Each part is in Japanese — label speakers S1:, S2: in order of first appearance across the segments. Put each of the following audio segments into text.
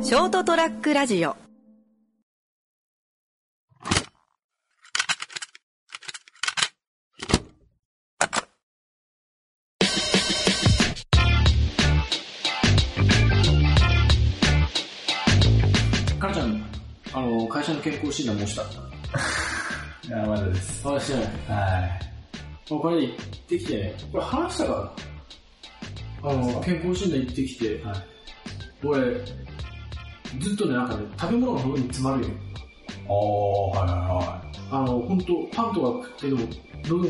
S1: ショートトラックラジオ
S2: かなちゃん、あの、会社の健康診断もうした
S3: いや、まだです。
S2: あ、してない。
S3: は
S2: もうこれ行ってきて、これ話したから。あの、健康診断行ってきて
S3: い。、はい。
S2: 俺、ずっとね、なんかね、食べ物の方に詰まるよ。
S3: おー、はいは
S2: あの、ほんと、パンとか食ってでも、どうね、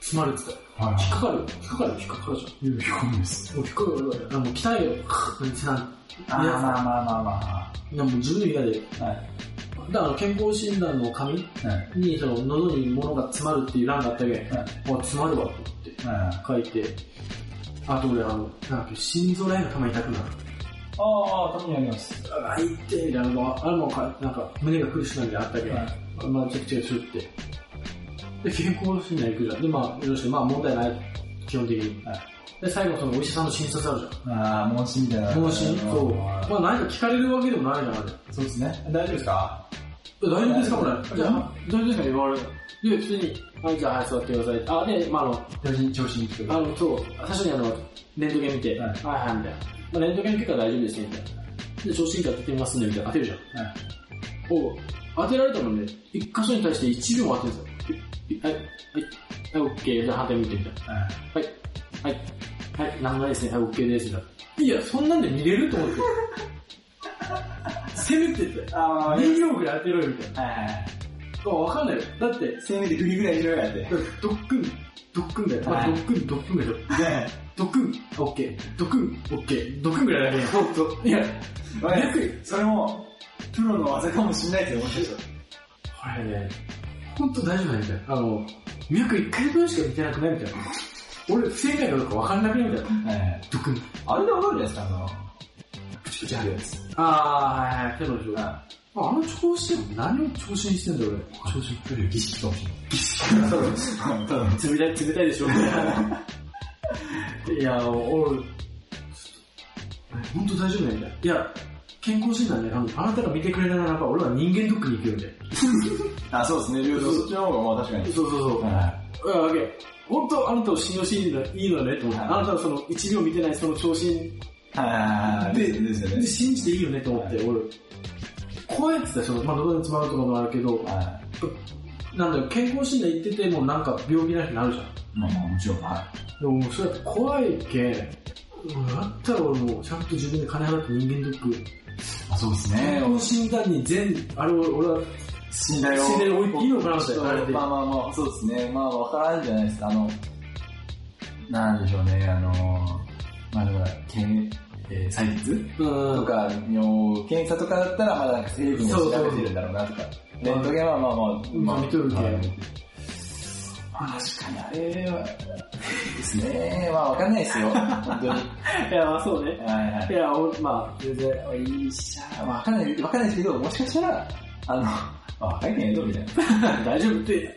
S2: 詰まるって言った
S3: いはい。はい
S2: ら。引っかかる引っかかる引っかかるじゃん。
S3: い。聞こえです。
S2: もう引っかかる。あの、汚いよ。カーッてな
S3: あー、まあまあまあま
S2: る。なんかもう自分で嫌で。
S3: あ。は
S2: だから健康診断の紙
S3: い。はい。
S2: に、その、喉に物が詰まるっていう欄があったけん、
S3: はい
S2: あ、詰まるわと思って。
S3: あ
S2: 書いて、あと俺あの、なんだっけ、心臓ラインがたまに痛くなる。
S3: あー、たまにあります。
S2: ああ、痛いみたいなのが、あれもか、なんか、胸が苦しくなるみたいなのあったけど、
S3: は
S2: まあ、ちょっと違うするって。で、健康診断行くじゃん。で、まあ、よろしく、まあ、問題ない。基本的に。
S3: はい
S2: で、最後、その、お医者さんの診察あるじ
S3: あー、問診みたいな。
S2: ゃん。問診
S3: あー
S2: そう。まあ、何か聞かれるわけでもないじゃん、あれ。
S3: そうですね。大丈夫ですか
S2: え大丈夫ですか、これ。じゃ
S3: う
S2: あ、大丈夫ですか、言われる。で、普通に、はい、じゃあ、はい、座ってください。あ、で、まあ、あの、
S3: 調子に、調子に聞
S2: あの、そう、最初にあの、レントゲン見て、
S3: はい
S2: はいはい、みたいな。まあ、レントゲン結果大丈夫ですね、みたいな。で、聴診器当ててみますね、みたいな。当てるじゃん。
S3: はい。
S2: おう当てられたもんね、一箇所に対して1秒も当てるんですよ。はい、はい、はい、オッケー、じゃあ反対見てみたいな。
S3: はい。
S2: はい、はい、はい、何もないですね、はい、オッケーです、みたいな。いや、そんなんで見れると思って。せめてって、
S3: あー、
S2: 2秒ぐらい当てろよ、みたい
S3: はいはい。
S2: な。わかんないよ。だって、
S3: せめて首ぐらいしろよやって。ね
S2: ドックン、ドックンだよ。まあ、
S3: は
S2: ド
S3: い
S2: ックン、ドックンでしょ。ドクン、オッケー。ドクン、オッケー。ドクンぐらいだけ。ほんと。いや、
S3: わかんないそれも、プロの技かもしれないですよ、もしかしたら
S2: これね、ほんと大丈夫なんみたいな。あの、脈一回分しか見てなくないみたいな。俺、不正解かどうかわかんなくないみたいな。
S3: はいはい。
S2: ドクン。
S3: あれでわかるじゃないですか、あの、口口開くやつ。
S2: あー、はいはい、手のひら。
S3: あ
S2: あの調子でも何を調子にしてんだよ、
S3: あ、調子に来る儀式かもしれない。儀式ただ
S2: 俺。冷たい、冷たいで しょ、みたいな。いや、俺、ほんと大丈夫なんみたいな。いや、健康診断ね、あのあなたが見てくれながらば、俺は人間ドックに行くよ、みたい
S3: あ、そうですね、両方そっちの方がまあ確か
S2: な。
S3: に。
S2: そうそうそう。
S3: はい
S2: や、わけ。本当あなたを信用していいのいいのねと思って、
S3: はい
S2: あなたはその1秒見てないその調子
S3: い。はい。
S2: で
S3: で、ですよ
S2: で
S3: ね。
S2: 信じていいよねと思って、俺、怖いって言ったらその、まあ、喉に詰まるとかもあるけど、
S3: は
S2: なんだよ、健康診断行っててもなんか病気な人になるじゃん。
S3: い。まあまあもちろん、は
S2: でももうそれやっぱ怖いけん、うんだったら俺もうちゃんと自分で金払って人間ドック、
S3: い。あ、そうですね。
S2: 健康診断に全、あれを俺は、
S3: 信頼を。
S2: 信頼を置いていいのかなって
S3: そう
S2: あれで
S3: まあまあまあ、そうですね。まあわからんじゃないですか。あの、なんでしょうね、あの、まあだから、けんえー、採血
S2: うん
S3: とか、尿検査とかだったら、まあなんか成分を調べてるんだろうなとか。レントゲンはまあまあ、まあ、
S2: 見とるけん
S3: はいまあ確かにあれは、ですね。まあわかんないですよ。本当に。
S2: いや、まあそうね。
S3: はいはい
S2: い。や、俺まあ、
S3: 全然、いいしゃ、わかんない、わかんないですけど、もしかしたら、あの、あ、わかんないけど、みたい な。
S2: 大丈夫って、いや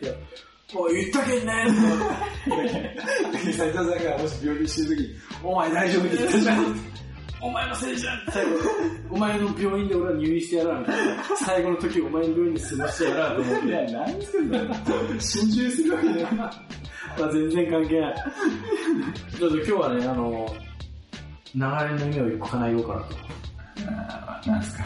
S2: もう言ったけんね
S3: 斉藤さんがもし病気してるとき、お前大丈夫ですか
S2: お前のせいじゃん最後、お前の病院で俺は入院してやらんみたいな。最後の時お前の病院で過ごしてやらんと思って。
S3: いや、何ですか、心中するわけじゃない。
S2: まあ全然関係ない。ちょっと今日はね、あの、流れの夢を一個叶えようかなと。
S3: 何ですか。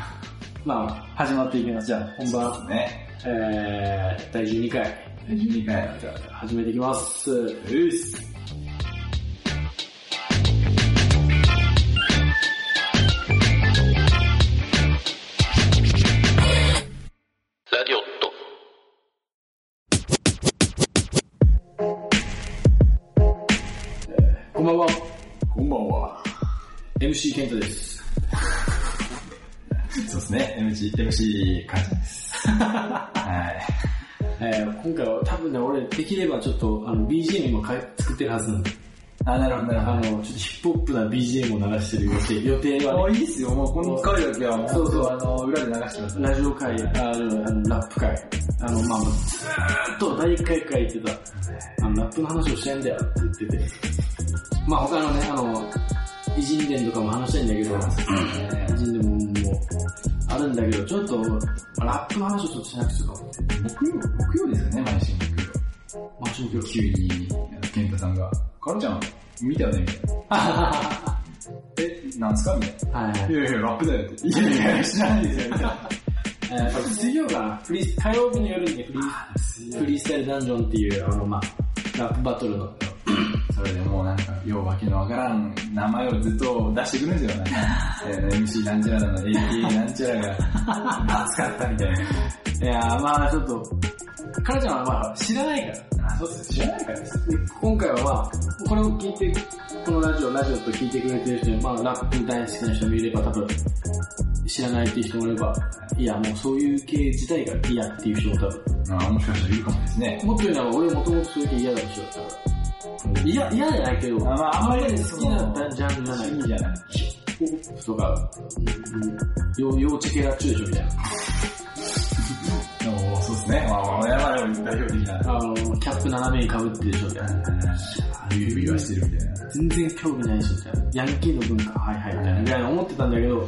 S2: まあ、始まっていきます。じゃあ本番、
S3: ね。
S2: えー、第12回、
S3: 12回の、じゃ
S2: 始めていきます。うっす。えーこんばんは、
S3: こんばんは。
S2: MC 健太です。
S3: そうですね、MC、MC 感じです。は
S2: えー今回は多分ね、俺できればちょっとあの BGM 今か作ってるはずなんで、
S3: い。あ、なるほど、なる
S2: あ
S3: ほ
S2: の、ちょっとヒップホップな BGM を流してる予定予定
S3: ど。も
S2: は、
S3: ういいっすよ、もうこの回だけは、
S2: そうそう
S3: あの、裏で流してください。
S2: ラジオ会、ああのあのラップ会、あの、まあ、ずーっと第1回から言ってた、あの、ラップの話をしてんだよって言ってて、まあ他のね、あの、い人伝とかも話したいんだけど、偉人伝ももうあるんだけど、ちょっと、ラップの話をちょっとしなくちゃかも。
S3: 木曜、木曜ですよね、毎週木曜。
S2: マッチング
S3: 急に、健太さんが、カロちゃん、見たよねみたいな。
S2: は
S3: え、なんすかみたい
S2: いはい。
S3: な。いやいや、ラップだよって。いやいや、知らないですよ、みたいな。
S2: えー、これ水曜かなフリー火曜日によるんでフリーフリースタイルダンジョンっていう、あの、まあ、ラップバトルの。
S3: それでもうなんか、ようわけのわからん名前をずっと出してくるんですよ、なんか。えー MC なんちゃらだの、AK なんちゃらが、熱かったみたい
S2: いやー、まあちょっと、彼女はまあ知らないから。
S3: な。あ、そうです。知らないからです。
S2: で今回はまあ、これを聞いて、このラジオ、ラジオと聞いてくれてる人に、まあラップ大好きな人もいれば、多分、知らないっていう人もいれば、いや、もうそういう系自体が嫌っていう人も多分。
S3: あ、もしかしたらいるかもですね。
S2: もっと言うなら、俺もともとそういう系嫌だった人だったから。嫌、嫌じゃないけど、
S3: あまあ
S2: あんまり
S3: あんまり
S2: 好きなジャンルじゃない。
S3: 趣味じゃない。
S2: ポップとか、うんうん、幼幼稚系ラッチュでしょみたいな。
S3: おーそうですね。まあ、まあ、やばいよ、代表的な。
S2: あの、キャップ斜めにかぶってるでしょみたいな。
S3: ゆうゆうはしてるみたいな。
S2: 全然興味ないしみたいな。ヤンキーの文化、はいはいみたいな。みたいな思ってたんだけど、い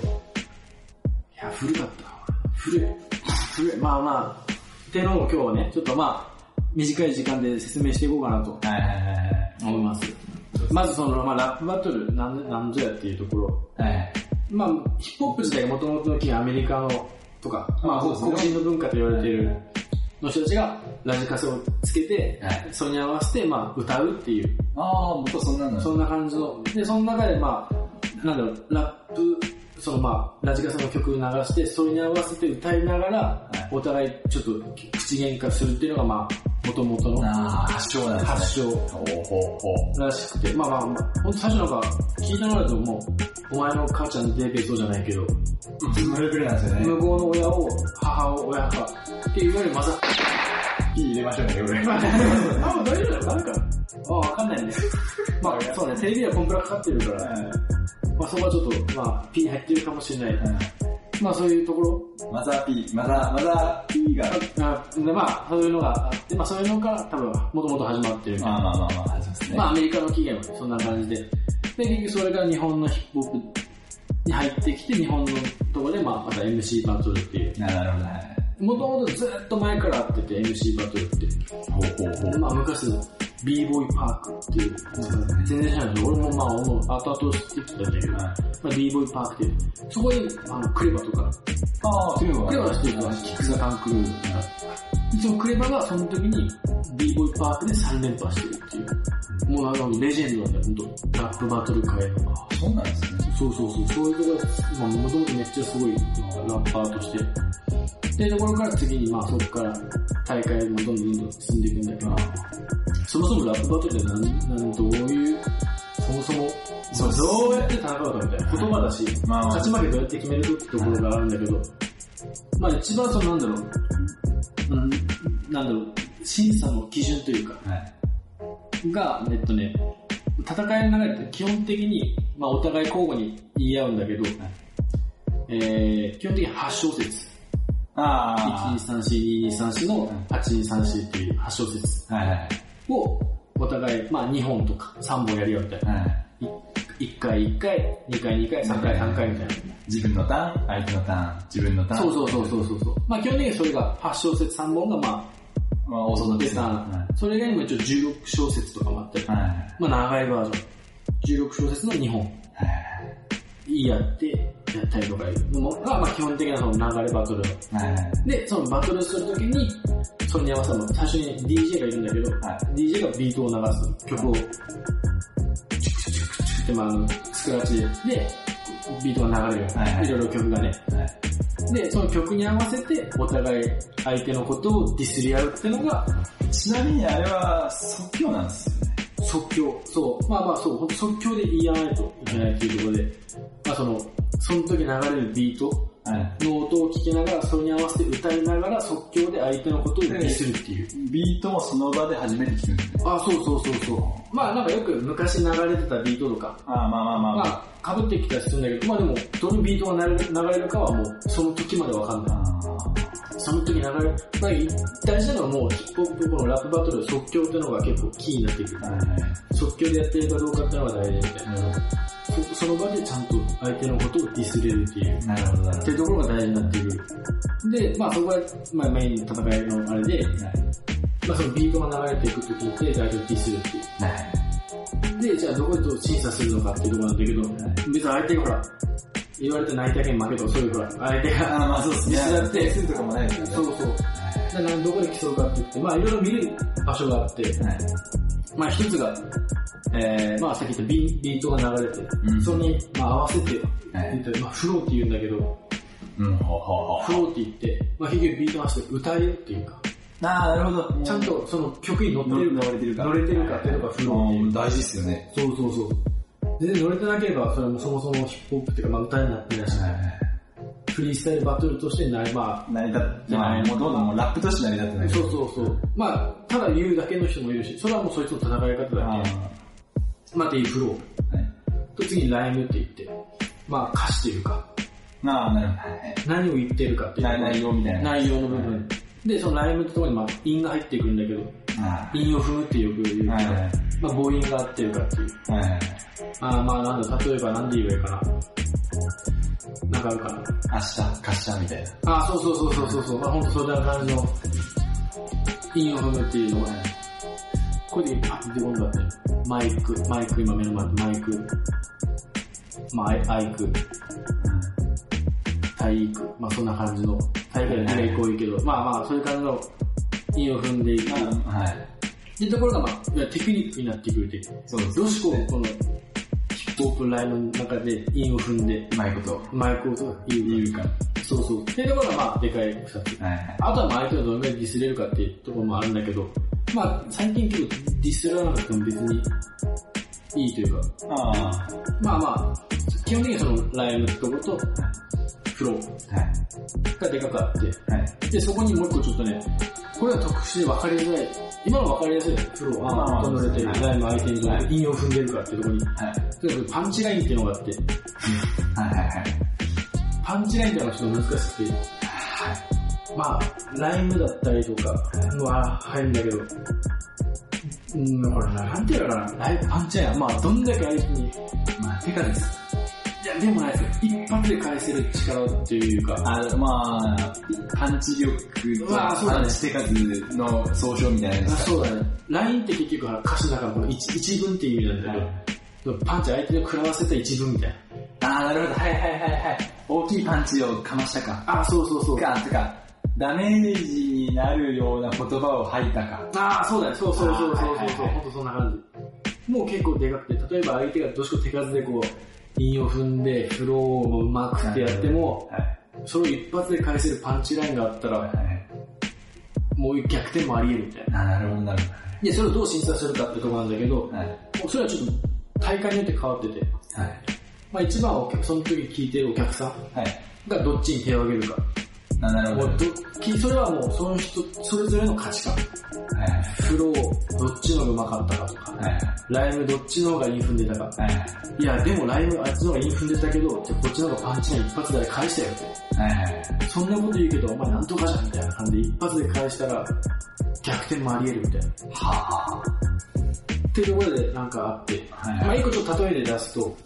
S2: や、古かったな。古い。古い。まあまあ、ってのを今日はね、ちょっとまあ、短い時間で説明していこうかなと
S3: はいはいはい
S2: 思います。まずその、まあ、ラップバトル、なんなんぞやっていうところ。
S3: はい。はい。
S2: まあ、ヒップホップ自体がもともとのアメリカのとか、まあ、
S3: そうですね
S2: 黒人の文化と言われているの人たちがラジカセをつけて、
S3: はい
S2: それに合わせて、まあ、歌うっていう、
S3: ああ、元そんなの。
S2: そんな感じの、で、その中で、まあ、なんだろう、ラップ、そのまあ、ラジカセの曲を流して、それに合わせて歌いながら
S3: はい、
S2: お互いちょっと口喧嘩するっていうのが、まあ、もともとの
S3: ああ、発祥なんですね。
S2: 発祥
S3: ほうほうほう。
S2: らしくて、まあまあ、まあ、ほんと最初なんか、聞いたのだともう、お前の母ちゃんのデーペイそうじゃないけど、
S3: それくらいなんですよね。
S2: 向こうの親を、母を親か、っていうよりまさ、
S3: ピー入れましょうね、俺。
S2: まあ、多分大丈夫だよ、なんか。ああ、わかん ないね。まあ、そうね、テレビはコンプラかかってるから、まあそこはちょっと、まあ、ピー入ってるかもしれない。まあそういうところ、
S3: マザーピー、マザー、マザーピーが。
S2: あでまあ、そういうのがあって、まあそういうのが多分、もともと始まってる。
S3: まあまあまあまあ、始まってますね。
S2: まあアメリカの起源はそんな感じで。で、結局それが日本のヒップホップに入ってきて、日本のところで、まあまた MC バトルっていう。
S3: あ、なるほど。はい
S2: もともとずっと前からあってて、MC バトルって。
S3: ほうほうほう。
S2: まあ昔の b ボーイパークっていう、全然知らないけど、俺もまあ思う、後々知ってきたんだけど、ま
S3: あ
S2: あ、b ボーイパークっていう、そこにあのクレバとか、
S3: あ、そういうの
S2: クレバは知ってるか
S3: は
S2: ら、キックザカンクルーとか、そのクレバがその時に b ボーイパークで3連覇してるっていう、もうあのレジェンドなんだよ、本当ラップバトル界の。
S3: そうなんですね。
S2: そうそうそう、そういうところ、まあ、もともとめっちゃすごいラッパーとして。っていうところから次に、まあそこから大会もどんどんどんどん進んでいくんだけど、そもそもラップバトルって何、何どういう、そもそも、
S3: そうです
S2: どうやって戦うかみたいな言葉だし、
S3: まあ、
S2: 勝ち負けどうやって決めるかってところがあるんだけど、まあ一番そのなんだろう、うん、なんだろう、審査の基準というか、
S3: はい。
S2: が、えっとね、戦いの流れって基本的に、まあお互い交互に言い合うんだけど、えー、基本的に8小節。
S3: あ
S2: 1234,2234の8234っていう8小節。
S3: あ。はいはい
S2: をお互い、まあ、2本とか3本やりようみたいな。
S3: はい。
S2: 1回1回、2回2回、3回3回みたいな。
S3: 自分のターン、相手のターン、自分のターン。
S2: そうそうそうそうそうそう。まあ、基本的にそれが8小節3本が、ま
S3: まあ、オーソドッ
S2: あ、
S3: ク
S2: で
S3: ス
S2: さ、
S3: な
S2: それ以外にも一応16小節とかもあったり、
S3: はいはい
S2: まあ、長いバージョン。16小節の2本。言い合って、やったりとかいうのもが、まあ、基本的なその流れバトル。
S3: はいはい。
S2: で、そのバトルするときに、それに合わせた最初に DJ がいるんだけど、
S3: は
S2: DJ がビートを流す曲を、チュクチュクチュクチュクって、まああの、スクラッチで、でビートが流れる。
S3: はいはい
S2: いろいろ曲がね。
S3: い。はい。
S2: で、その曲に合わせて、お互い相手のことをディスり合うってのが、
S3: ちなみにあれは即興なんですよね。
S2: 即興。そう。まあまあそう、ほんと即興で言い合わないといけないっていうところで、まあその、その時流れるビート
S3: はい。
S2: の音を聞きながら、それに合わせて歌いながら、即興で相手のことをディスるっていう。
S3: ビートもその場で初めて聞くんですね。
S2: あ、そうそうそうそう。まあなんかよく昔流れてたビートとか、
S3: ああ、まあまあまあまあ。
S2: まあ被ってきたりするんだけど、まあでも、どのビートが流れる流れるかはもう、その時までわかんない。その時流れる。まあ大事なのはもう、ヒップホップ、このラップバトル、即興っていうのが結構キーになってくる。
S3: はいはい
S2: 即興でやってるかどうかっていうのが大事みたいな。そその場で相手のことをディスれるっていう。
S3: なるほど、なる
S2: っ
S3: ほ
S2: ていうところが大事になってくる。で、まあそこが、まあ、メインの戦いのあれで、
S3: ど。はい。
S2: まあそのビートが流れていくときに相手をディスるっていう。
S3: はい。
S2: で、じゃあどこでどう審査するのかっていうところなんだけど、別に相手がほら、言われて泣いたけん負けとかそういうほら、相手
S3: あ
S2: が、
S3: まあそうですね。
S2: ミスだって
S3: 点数とかもないですよね。
S2: そうそう。だからどこで競うかって言って、まあいろいろ見れる場所があって、
S3: はい。
S2: まあ一つが、えー、まあさっき言ったビビートが流れて、
S3: うん
S2: それに、まあ、合わせて、
S3: はい。
S2: えっとまあ、フローって言うんだけど、
S3: うん、ほうほうほ
S2: フローって言って、まあ結局ビート合わせて歌えるっていうか、
S3: う。ああ、なるほど。
S2: ちゃんとその曲に乗ってるか、
S3: れてる
S2: 乗れてるかっていうのがフローっていう。
S3: 大事ですよね。
S2: そうそうそう。全然乗れてなければ、それはもうそもそもヒップホップっていうか、まあ歌になってないし、フリースタイルバトルとしてない、ま
S3: 成り立ってない。もうどんどんもうラップとして成り立ってな
S2: あ、
S3: い。
S2: そうそうそう。まあ、ただ言うだけの人もいるし、それはもうそいつの戦い方
S3: あ
S2: だけ。まあ、で、フロー。
S3: ーはい
S2: と次にライムって言って、まあ歌詞というか、
S3: あー、なるほどはい
S2: 何を言ってるかっていう
S3: 内。内容みたいな。
S2: 内容の部分。で、そのライムってところにまあ韻が入ってくるんだけど、
S3: あ
S2: 韻を踏むってよく言う
S3: ー。
S2: けど、
S3: はいはい
S2: まあ母音が合ってるかっていう。
S3: はいはい。
S2: ああまあなんだ、例えば何で言えばいいかな。なんかあるかな。
S3: 明日、貸したみたいな。
S2: ああ、そうそうそうそうそうそう、まあ、ほんとそれな感じの、韻を踏むっていうのがね、これでパッて今度はね、マイク、マイク今目の前でマイク、まあアイアイク、体育、まあそんな感じの、体育でね、こういいけど、まあまあそういう感じの、韻を踏んでいく。っ
S3: うんはい。
S2: ていうところが、まあ、いわゆるテクニックになってくるっていう。
S3: そうです。
S2: よしこ、この、ヒップホップライブの中で韻を踏んで、
S3: うまいこと
S2: マイクを言う。
S3: 言うか。
S2: そうそう。っていうところが、まあ、でかい二つ。
S3: はいはい。
S2: あとはまあ相手をどのぐらいディスれるかっていうところもあるんだけど、まあ最近結構ディスらなくても別にいいというか、
S3: あ
S2: まあまあ、基本的にはそのライブのところとフロー
S3: あ。はい。
S2: がでかくあっ
S3: はい。
S2: て、で、そこにもう一個ちょっとね、これは特殊で分かりづらい、今の分かりやすいフロー、
S3: まあま
S2: あ
S3: あ
S2: あ、整えてる、
S3: はい
S2: ライブ相手にどれだけ韻を踏んでるかっていうところに、
S3: はい。
S2: とにかくパンチラインっていうのがあって、
S3: はいはいはい。
S2: パンチラインっていうのがちょっと難しくて、まあ、ライムだったりとかのは入るんだけど、うん、ほら、なんていうのかな、ライブパンチやん。まあ、どんだけ相手に、い
S3: まあ、てかです。
S2: や、でもないですよ。一発で返せる力っていうか、
S3: あまあ、パンチ力と
S2: まあそうだ
S3: パ
S2: ね
S3: ンチ手数の総称みたいなや
S2: あ
S3: つです
S2: そうだね。ラインって結局ほら歌詞の中のこの一一文っていう意味
S3: か。
S2: なんだけど、パンチ相手を食らわせた一文みたい
S3: ああ、なるほど。はいはいはいはい。大きいパンチをかましたか。
S2: な。あ、そうそうそう。
S3: か、てか、ダメージになるような言葉を吐いたか。
S2: ああ、そうだね。そうそうそうそう
S3: あ
S2: そう
S3: ーはいはい
S2: そう。
S3: はい
S2: ほんとそんな感じ。もう結構でかくて、例えば相手がどしこ手数でこう、韻を踏んで、フローをうまくってやっても、
S3: はい。
S2: それを一発で返せるパンチラインがあったら、
S3: はい、
S2: もう逆転もあり得るみたい
S3: あ
S2: な。
S3: なるほど、なるほ
S2: で、それをどう審査するかってとこなんだけど、も
S3: ど。はい。
S2: うそれはちょっと大会によって変わってて、
S3: はい。
S2: まあ一番はお客その時聞いてるお客さん
S3: はい。
S2: がどっちに手を挙げるか。
S3: あなる
S2: も
S3: ほど。
S2: うどきそれはもうその人、それぞれの価値観。
S3: はい。
S2: フロー、どっちの方がうまかったかとか、
S3: はい。
S2: ライムどっちの方がイン踏んでたか。
S3: はい。
S2: いや、でもライムあいつの方がイン踏んでたけど、じゃあこっちの方がパンチライン一発で返したよって。
S3: はい。はい。
S2: そんなこと言うけど、お前なんとかじゃんみたいな感じで一発で返したら、逆転もあり得るみたいな。
S3: は
S2: っていうところでなんかあって、
S3: あ。はい。
S2: まあ
S3: はい。
S2: 一個ちょっと例えで出すと、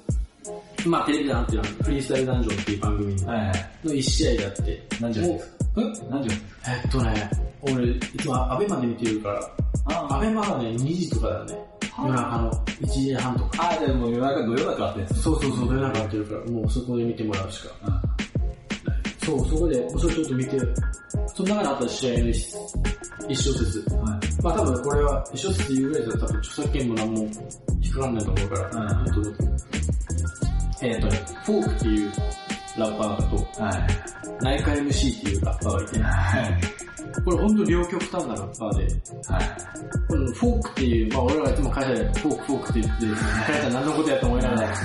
S2: まあテレビでなんていうの、フリースタイルダンジョンっていう番組の
S3: はい。
S2: 1試合であって、
S3: 何時
S2: もう、ん
S3: 何時
S2: えっとね、俺、いつもアベマで見てるから、ア
S3: あ
S2: ベマがね、2時とかだね。
S3: はあ
S2: 夜中の1時半とか。
S3: あ、でも夜中土曜だとあってんです
S2: そうそうそう、夜中やってるから、もうそこで見てもらうしか。
S3: うん
S2: そう、そこで、それちょっと見て、その中であった試合の一一小節。
S3: はい
S2: まあ多分これは一つっていうぐらいだったら多分著作権も何も引っかかんないと思うから、
S3: うん
S2: えっとえっとね、フォークっていうラッパーと、
S3: はい。
S2: ナイカ MC っていうラッパーがいて、
S3: はい。
S2: これほんと両極端なラッパーで、
S3: はい。
S2: このフォークっていう、まあ俺らがいつも会社でフォークフォークって言って、会社は何のことやと思いながら、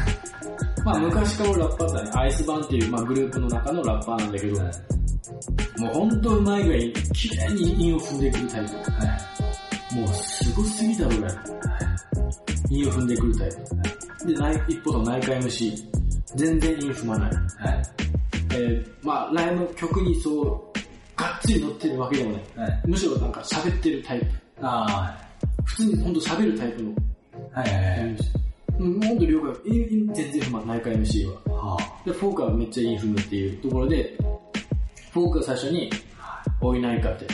S2: まあ昔からラッパーだね、アイスバンっていう、まあ、グループの中のラッパーなんだけど、もうほんとうまいぐらい綺麗に韻を踏んでくるタイプ。
S3: はい。
S2: もうすごすぎだろうが、韻を踏んでくるタイプ。で、内一方の内科 MC、全然韻踏まない。
S3: はい。
S2: えー、まあ、ライブの曲にそう、がっつり乗ってるわけでもない。
S3: はい。
S2: むしろなんか喋ってるタイプ。
S3: あ
S2: 普通にほんと喋るタイプの
S3: あ。はいはいはい。
S2: MC。うん、ほんと了解。韻韻全然踏まない、内科 MC は。
S3: は
S2: で、フォークはめっちゃインフムっていうところで、フォークが最初に、おいないかって、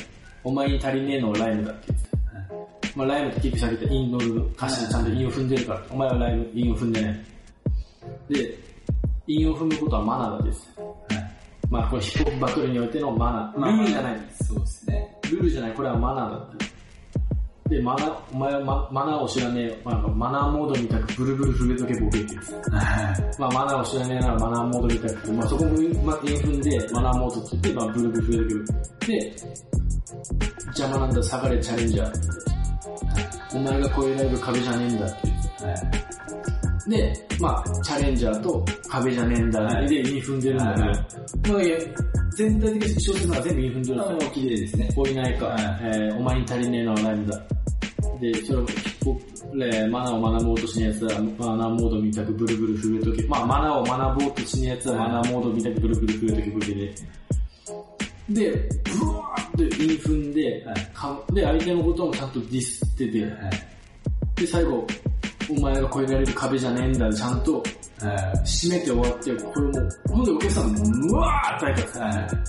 S2: お前に足りねえのをライムだって言ってた。まあ、ライムって結局さっき言ったインの部分、歌詞でちゃんとインを踏んでるから、お前はライム、インを踏んでない。で、インを踏むことはマナーだって言ってた。まあ、これヒップホップバトルにおいてのマナー。ルールじゃない。
S3: そうですね。
S2: ルールじゃない、これはマナーだって。で、マナー、お前はママナーを知らねえよ。まあなんかマナーモードみたくブルブル震えとけボケってやつ。まあマナーを知らねえならマナーモードみたく、まあそこもうまく踏んで、マナーモードって言って、まあブルブル震えとけで、邪魔なんだ、下がれチャレンジャーって言って。お前が越えられる壁じゃねえんだって言って。で、まあ、チャレンジャーと壁じゃねえんだ
S3: はい
S2: で、イン踏んでるんだけど、
S3: はい
S2: まあいや全体的に小説は全部イン踏んでるんですよ。
S3: 綺麗ですね。
S2: おいないか、
S3: はい
S2: えーお前に足りねえのはライムだ。で、それを、えーマナーを学ぼうとしねえやつは、マナーモードみたくブルブル震えとけ。まあ、マナーを学ぼうとしねえやつは、
S3: は
S2: マナ
S3: い
S2: ーモードみたくブルブル震えとけボケで。で、ブワーって言い踏んで、
S3: はい
S2: かで、相手のこともちゃんとディスってて、で、最後、お前が越えられる壁じゃねえんだ、ちゃんと締めて終わって、これもう、ほんでお客さんも、うわーって泣いたん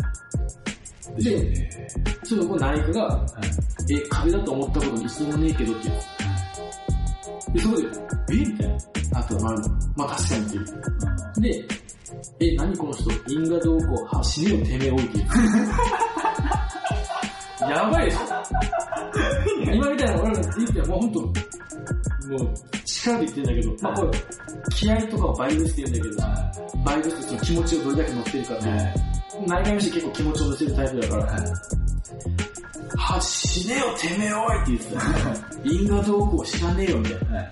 S2: ですよで、その後、ナイクが、え、壁だと思ったこと一度もねえけどって言う。で、そこで、えみたいな。あとは、まあ、まあ確かにっていう。で、え、何この人、因果どうこう、は死ねよてめえ多い って言う。やばいでしょ。今みたいな俺らの言ってはもうほんと、もう力で言ってんだけど、まあこれ、気合とかをバイブスって言うんだけど、バイブスってその気持ちをどれだけ乗ってるかっていう。内外見して結構気持ちを乗せるタイプだから、は、死ねよ、てめえおいって言ってた。因果動向知らねえよ、みたいな。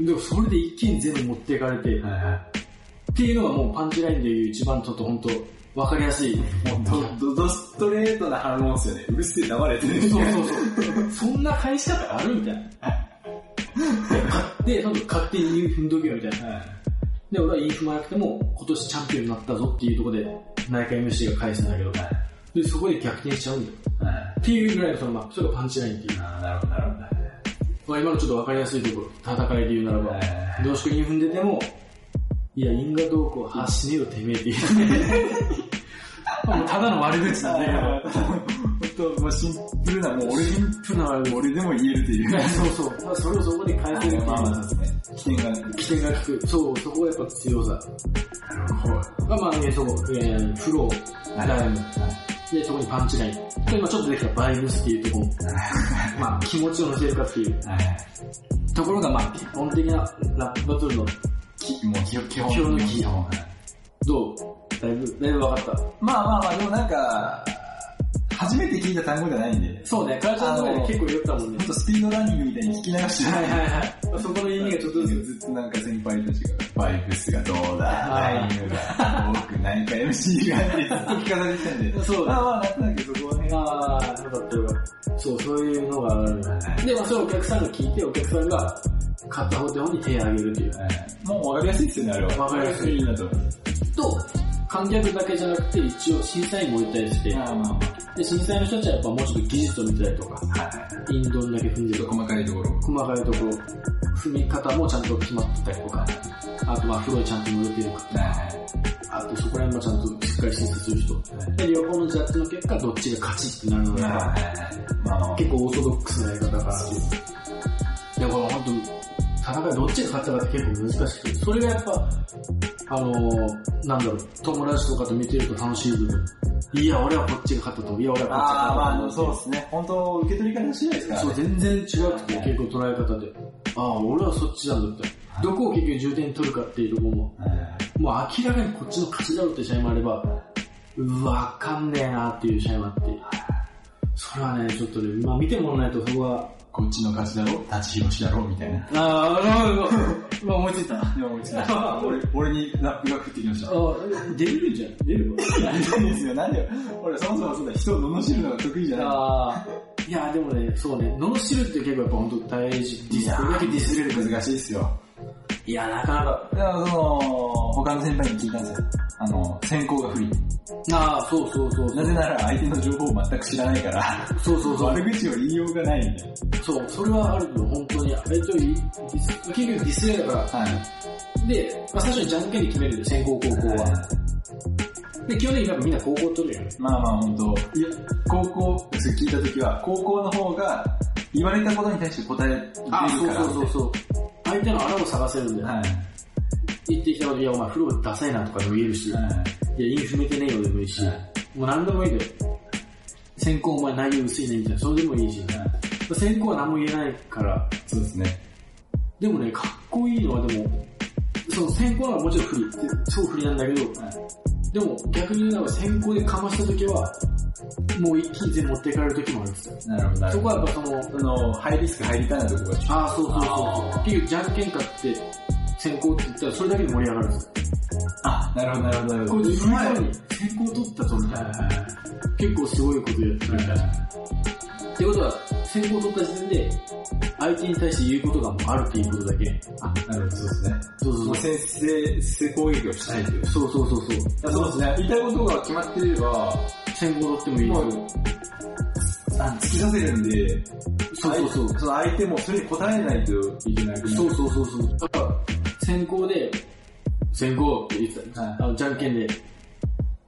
S2: でもそれで一気に全部持っていかれて、っていうのがもうパンチラインでいう一番ちょっと本当わかりやすい。
S3: ど、ど、どストレートな反論ですよね。うるせえ、黙れって。
S2: そうそうそう。そんな返し方あるみたいな。で、買って、なんか勝手に踏んどけよみたいな。で、俺はインフもなくても、今年チャンピオンになったぞっていうところで、内科 MC が返すんだけど、で、そこで逆転しちゃうんだよ。っていうぐらいのその、まあ、それがパンチラインっていう。
S3: なるほど、なるほ
S2: まあ、今のちょっとわかりやすいところ、戦いで言うならば、どうしくに踏んでても、いや、因果どうこう、はあ、死ねよ、てめえって言 う。もうただの悪口なんだけど、
S3: ど。本当、シンプルな、もう俺
S2: シンプルな悪口。
S3: 俺でも言えるっていう。
S2: そうそう。ただそれをそこで返せるっていうのは、
S3: そうですね。起点がね。
S2: 起点が効く。そう、そこがやっぱ強さ。が、まあ、えーそこ、えー、フロー、
S3: はい
S2: ダイヤモンドで、そこにパンチライン。で、今ちょっとできたバイブスっていうところ、まあ、気持ちを乗せるかっていうところが、まあ、基本的なラップバトルの、
S3: もう基本、基本。
S2: 基本どうだいぶ、だいぶ分かっ
S3: まあまあまあ、でもなんか、初めて聞いた単語じゃないんで
S2: た。、そうね、会社の中で結構言ったもん
S3: ほん
S2: ね。
S3: とスピードランニングみたいに引き流して
S2: は
S3: ないい。
S2: はいはい。そこの意味がちょっとずつ。
S3: ずっとなんか先輩たちが、バイブスがどうだ、ラインが多くないか MC がってずっと聞かされてたんで、
S2: そうだ
S3: まあまあ、なんとなくそこはね、
S2: ああ、よかったよかった。そう、そういうのがあるよね。で、まあ、それをお客さんが聞いて、お客さんが買った方法に手を挙げるっていう。
S3: もうわかりやすいですよね、あれは。
S2: わかりやすい
S3: いいなと。
S2: と、観客だけじゃなくて、一応審査員もいたりして、
S3: まあまあま
S2: で、審査員の人たちはやっぱもうちょっと技術を見てたりとか、
S3: あ、はい。
S2: インドンだけ踏んで
S3: ちょ
S2: ると
S3: っと
S2: か、
S3: 細かいところ。
S2: 細かいところ、踏み方もちゃんと決まってたりとか、あとまあ、風呂ちゃんと乗れてるか、
S3: はい
S2: あとそこら辺もちゃんとしっかり審査する人。
S3: はい。
S2: で、両方のジャッジの結果、どっちが勝ちってなるの
S3: ま
S2: が、
S3: あはい。まあまあ
S2: 結構オーソドックスなやり方がある。だから本当に、戦いどっちが勝ったかって結構難しくて、それがやっぱ、あのー、なんだろう、友達とかと見てると楽しい部分。いや、俺はこっちが勝ったと思う。いや、俺はこっちが
S3: ああ、ま
S2: 勝
S3: あ、
S2: ったと
S3: あ
S2: 思
S3: のそうですね。本当受け取り方次第ですから
S2: そう、
S3: ね。
S2: 全然違くて、結構捉え方で。ああ、俺はそっちなんだって。どこを結局重点取るかっていうところも、もう明らかにこっちの勝ちだろうって試合もあれば、うわ、わかんねえなっていう試合もあって。それはね、ちょっとね、まあ見てもらわないとそこは、
S3: こっちの勝ちだろ、立ち広しだろ、みたいな。
S2: ああ、なるほど。 今思いついた。あ
S3: 今思いついた俺、俺にラップが降ってきました。
S2: 出るじゃん。出る
S3: 何ですよ、何よ。俺、そもそもそうだ、人を罵るのが得意じゃない。
S2: ああ。いや、でもね、そうね、罵るって結構やっぱ本当大事。ディス、これだけディスれるから。
S3: 難しいですよ。
S2: いや、なかなか。
S3: だから、その、他の先輩に聞いたんですよ。あの、先行が不利。
S2: ああ、そうそうそう。
S3: なぜなら相手の情報を全く知らないから、
S2: そうそうそう。
S3: 悪口を言いようがないんで。
S2: そう、それはあるけど、本当に、あれといい、ディス結局ディスレイだから、
S3: はい。
S2: で、まあ、最初にじゃんけんで決めるんで、先攻後攻は。で、基本的に多分みんな高校取るよね。
S3: まあまあ本当いや高校、それ聞いたときは、高校の方が、言われたことに対して答えれるから。
S2: そうそうそうそう。相手の穴を探せるんだよ。
S3: はい。
S2: 言ってきたこと、いやお前風呂ダサいなとかでも言えるし、い
S3: は
S2: やインフめてねえよでもいいし、
S3: は
S2: もう何でもいいんだよ。先行お前内容薄いねみたいな、それでもいいし、
S3: いはい。
S2: 先行は何も言えないから、
S3: そうですね。
S2: でもね、かっこいいのはでも、その先行ならもちろん不利って、超不利なんだけど、
S3: はい
S2: でも逆に言うなら先行でかました時は、もう一気に全部持っていかれる時もあるんですよ。
S3: なるほど、なる
S2: そ
S3: ほ
S2: こ
S3: ど。
S2: はやっぱその、
S3: その、ハイリスク入りたいなとこが、
S2: ああ、そうそうそうそう。
S3: あ
S2: っていうじゃんけんかって、先行って言ったらそれだけで盛り上がるんですよ。
S3: あ、なるほど、なるほど、なる
S2: こ
S3: ほ
S2: れ
S3: ど。
S2: 自分のように先行取ったとみたいな。結構すごいことやってる。ってことは、先行取った時点で、相手に対して言うことがもうあるっていうことだけ。
S3: あ、なるほど、そうですね。
S2: そうそうそう。
S3: 先制、先攻撃をしたいという。
S2: そうそうそうそう。
S3: そうですね。言いたいことが決まっていれば、
S2: 先行取ってもいい
S3: もうあ突き刺せるんで、
S2: そうそうそう。
S3: 相その相手もそれに答えないといけない。
S2: そうそうそうそう。だから、先行で、先行って言ってた、
S3: はい
S2: あのじゃんけんで、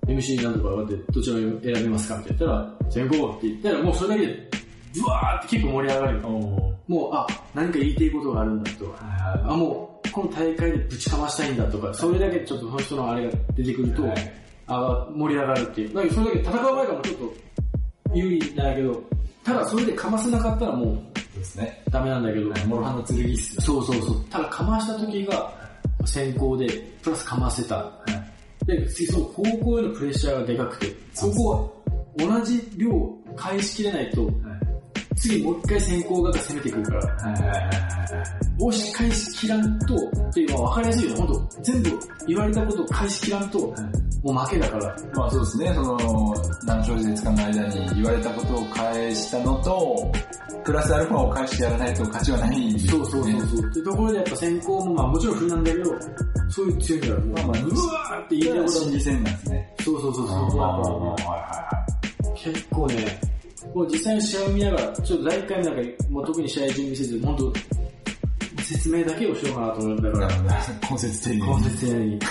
S2: MC なんとかって、どちらを選びますかって言ったら、先行って言ったら、もうそれだけで、ブワーって結構盛り上がるよ。
S3: おー
S2: もう、あ、何か言いたいことがあるんだとか、
S3: はい
S2: あ、もう、この大会でぶちかましたいんだとか、それだけでちょっとその人のあれが出てくると、
S3: はい
S2: あ盛り上がるっていう。だけど、それだけ戦う前からもちょっと有利なんだけど、ただそれでかませなかったらもう
S3: そうですね。
S2: ダメなんだけど、
S3: モロハの剣っすよ。
S2: そうそうそう。ただ、かました時が先行で、プラスかませた。で、次、その高校へのプレッシャーがでかくて、
S3: そ
S2: こ
S3: こ
S2: こは同じ量返しきれないと、
S3: はい。
S2: 次もう一回先行側が攻めてくるから、
S3: はいはいはいはい。
S2: 押し返しきらんと、っていうのは分かりやすいよね。ほんと、全部言われたことを返しきらんと、もう負けだから。
S3: まあそうですね、その、何小節かの間に言われたことを返したのと、プラスアルファを返してやらないと勝ちはないんですね。
S2: そうそうそうそう。ってところでやっぱ先行も、まあもちろん不利なんだけど、そういう強いから、もう、
S3: まあまあ、うわ
S2: ーって言いたいこと
S3: 心理戦なんですね。
S2: そうそうそう
S3: あ
S2: そ
S3: ー
S2: う。
S3: まあまあまあ
S2: 結構ね、もう実際に試合を見ながら、ちょっと第一回目なんか、もう特に試合準備せず、本当説明だけをしようかなと思った
S3: はい
S2: か
S3: は
S2: ら、
S3: い。なるほど、根節的に。
S2: 今節やに。で、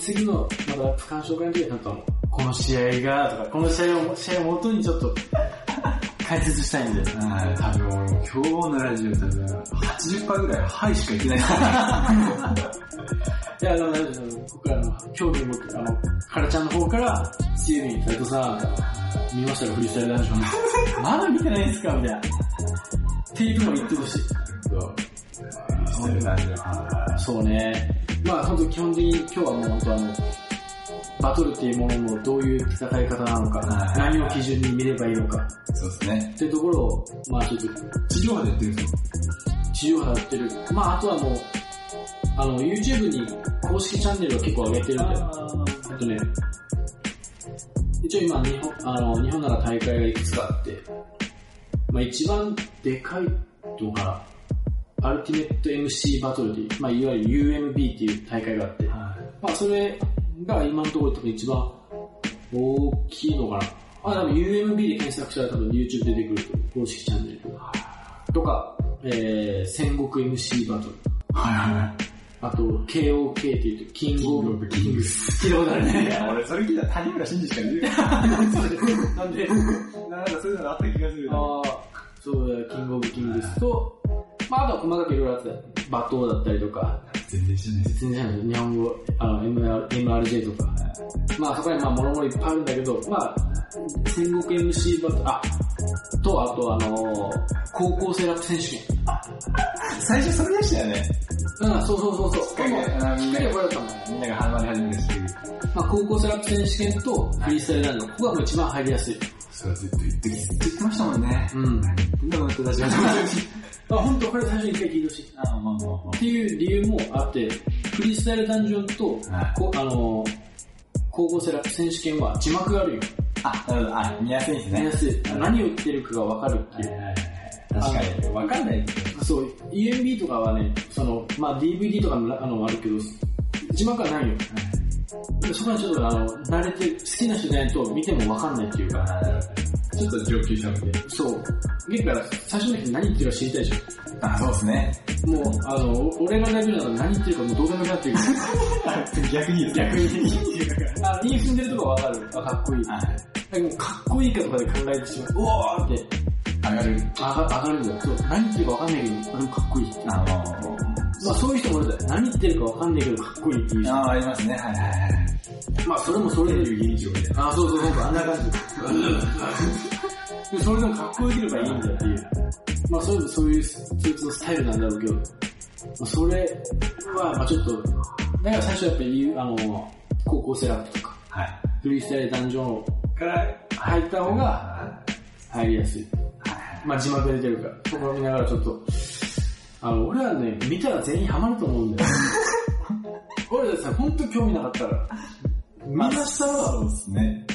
S2: 次の、まだ鑑賞会の時はなんかもう、この試合が、とか、この試合を、試合を元にちょっと、解説したいんで。
S3: はい、多分俺も今日のラジオ多分80%ぐらいはいしか言ってないから。
S2: いや、あの、大丈夫大丈夫僕はあの、興味持って、あの、カラちゃんの方から、チームに、斉藤さん、見ましたよ、フリースタイルダンジョン。まだ見てないんですかみたいな。っていうところ言ってほしい。
S3: そう。してる感じは
S2: そうね。まあ本当基本的に今日はもう本当あの、バトルっていうもののどういう戦い方なのか、
S3: はい
S2: 何を基準に見ればいいのか
S3: い。そうですね。
S2: っていうところを、まあちょっと
S3: 地上波でやってるんですよ。
S2: 地上波やってる。まああとはもう、あの YouTube に公式チャンネルを結構上げてるんで、あとね、一応今日本、あの、日本なら大会がいくつかあって、まあ一番でかいのかな、アルティメット MC バトルで、まあいわゆる UMB っていう大会があって、まあ、それが今のところ多分一番大きいのかな。あ、多分 UMB で検索したら多分 YouTube 出てくると思う公式チャンネルとか。とか、えー、戦国 MC バトル。
S3: はいはいはい。
S2: あと、KOK っていうと、キングオブ
S3: キングオブキングス
S2: 聞いたことある
S3: い
S2: ね。
S3: や、俺それ聞いたら谷村新司しか言えない。
S2: なんで、
S3: なんかそういうのがあった気がする。
S2: あーそうだよ、キングオブキングスと、まあ、あとは細かくいろいろあって、罵倒だったりとか、
S3: 全然知らないです。
S2: 全然日本語、あの、MR MRJ とか、まあそこにまあもろもろいっぱいあるんだけど、まあ、戦国 MC バトル、あ、とあとあのー高校生ラップ選手権。
S3: 最初それでしたよね。
S2: うん、そうそうそうそう。
S3: きっかけあの
S2: きっかけはこれだったもんね。
S3: みんながハマり始めるし。
S2: まあ高校生ラップ選手権とフリースタイルランド、ここがもう一番入りやすい。
S3: それはずっと言って、ずっと言ってましたもんね。
S2: うん。
S3: 何言ってんだこの人たちは。
S2: まあ本当これ最初に一回聞いてほしい。っ
S3: あまあまあま
S2: ていう理由もあって、フリースタイルダンジョンと、
S3: あ。はい
S2: こあのー高校生ラップ選手権は字幕があるよ。
S3: あ、なるほど。あ、見やすいです
S2: 見
S3: ね
S2: や。すい。何を言ってるかがわかるっていう。
S3: 確かに。わかんないですね。
S2: そう、UMB とかはね、その、まあ DVD とかのあのあるけど、字幕はないよ。そこはちょっとあの、慣れて、好きな人じゃないと見てもわかんないっていうか、
S3: あなるほどちょっと上級者向け。
S2: そう。だから、最初の人何言ってるか知りたいじ
S3: あ、そうですね。
S2: ゃん。もう、あの、お俺が大丈夫なら何言ってるかもうどうでもよくなってる
S3: 逆に
S2: 逆に
S3: 言うから。
S2: あの、家住んでるとこはわかる。あ、かっこいい。だ
S3: はい。
S2: けどかっこいいかとかで考えてしまう。うおーって、
S3: 上がる。
S2: 上が上がるんだよ。そう。何言ってるかわかんないけど、あ、でもかっこいいって。
S3: あの
S2: まあそういう人もいるじゃん。何言ってるかわかんないけど、かっこいいっていう人。
S3: ああ、ありますね。はいはいはい。
S2: まあそれもそれで
S3: いう現状で。
S2: あ、そうそう、なんかあんな感じ。でそれでもかっこよければいいんだっていう。まあそういう、そういう、そういうスタイルなんだろうけど、まあ、それは、まあちょっと、だから最初やっぱり、あの、高校生ラップとか、
S3: はい。
S2: フリースタイルダンジョン
S3: から、
S2: 入った方が入りやすい。まあ字幕出てるから、そこを見ながらちょっと、あの、俺はね、見たら全員ハマると思うんだ よ。俺だってさ、ほんと興味なかったから。見
S3: ま
S2: ま
S3: あ、
S2: した
S3: そうですね。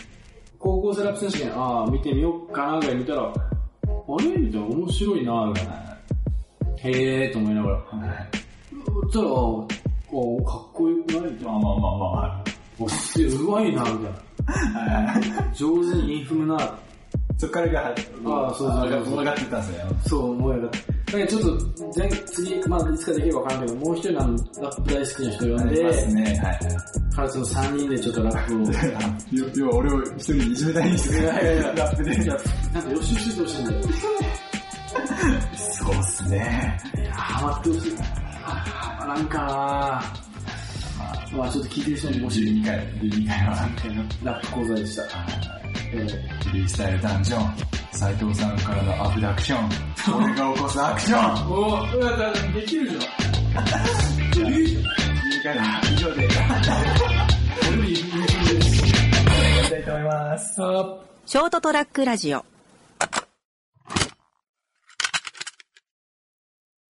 S2: 高校生ラップ選手権、ああ、見てみようかなぐらい見たら、あれみたいな、面白いなみたいな。へえーと思いながら。そしたら、こう、かっこよくないみたいな。
S3: まあまあまあま
S2: おすげえ、うまいなみたい
S3: あ、はい。
S2: な。上手にインフムな、
S3: そっからが、あ
S2: あそうそうそう
S3: 分かってたんですよ。
S2: そう思えた。だけどちょっと、前、次、まあ、いつかできるかわからんけど、もう一人のあのラップ大好きな人呼ん
S3: あります
S2: で、
S3: ね。はい
S2: からその3人でちょっとラップを。
S3: はい。よ要は俺を一人いじめ たいんですよ。ラップで。
S2: いや、なんか予習しててほしいんだよ。
S3: そうですね。
S2: いやー、ハマってほしい。ハマらんかなまあちょっと聞いてる人にもし、
S3: 12回、12回は。
S2: ラップ講座でした。えー
S3: フリースタイルダンジョン、斉藤さんからのアフダクション、俺が起こすアクション
S2: おお、だからできるじゃん。
S3: 12回は以上で、終わりたいと思います。
S1: ショートトラックラジオ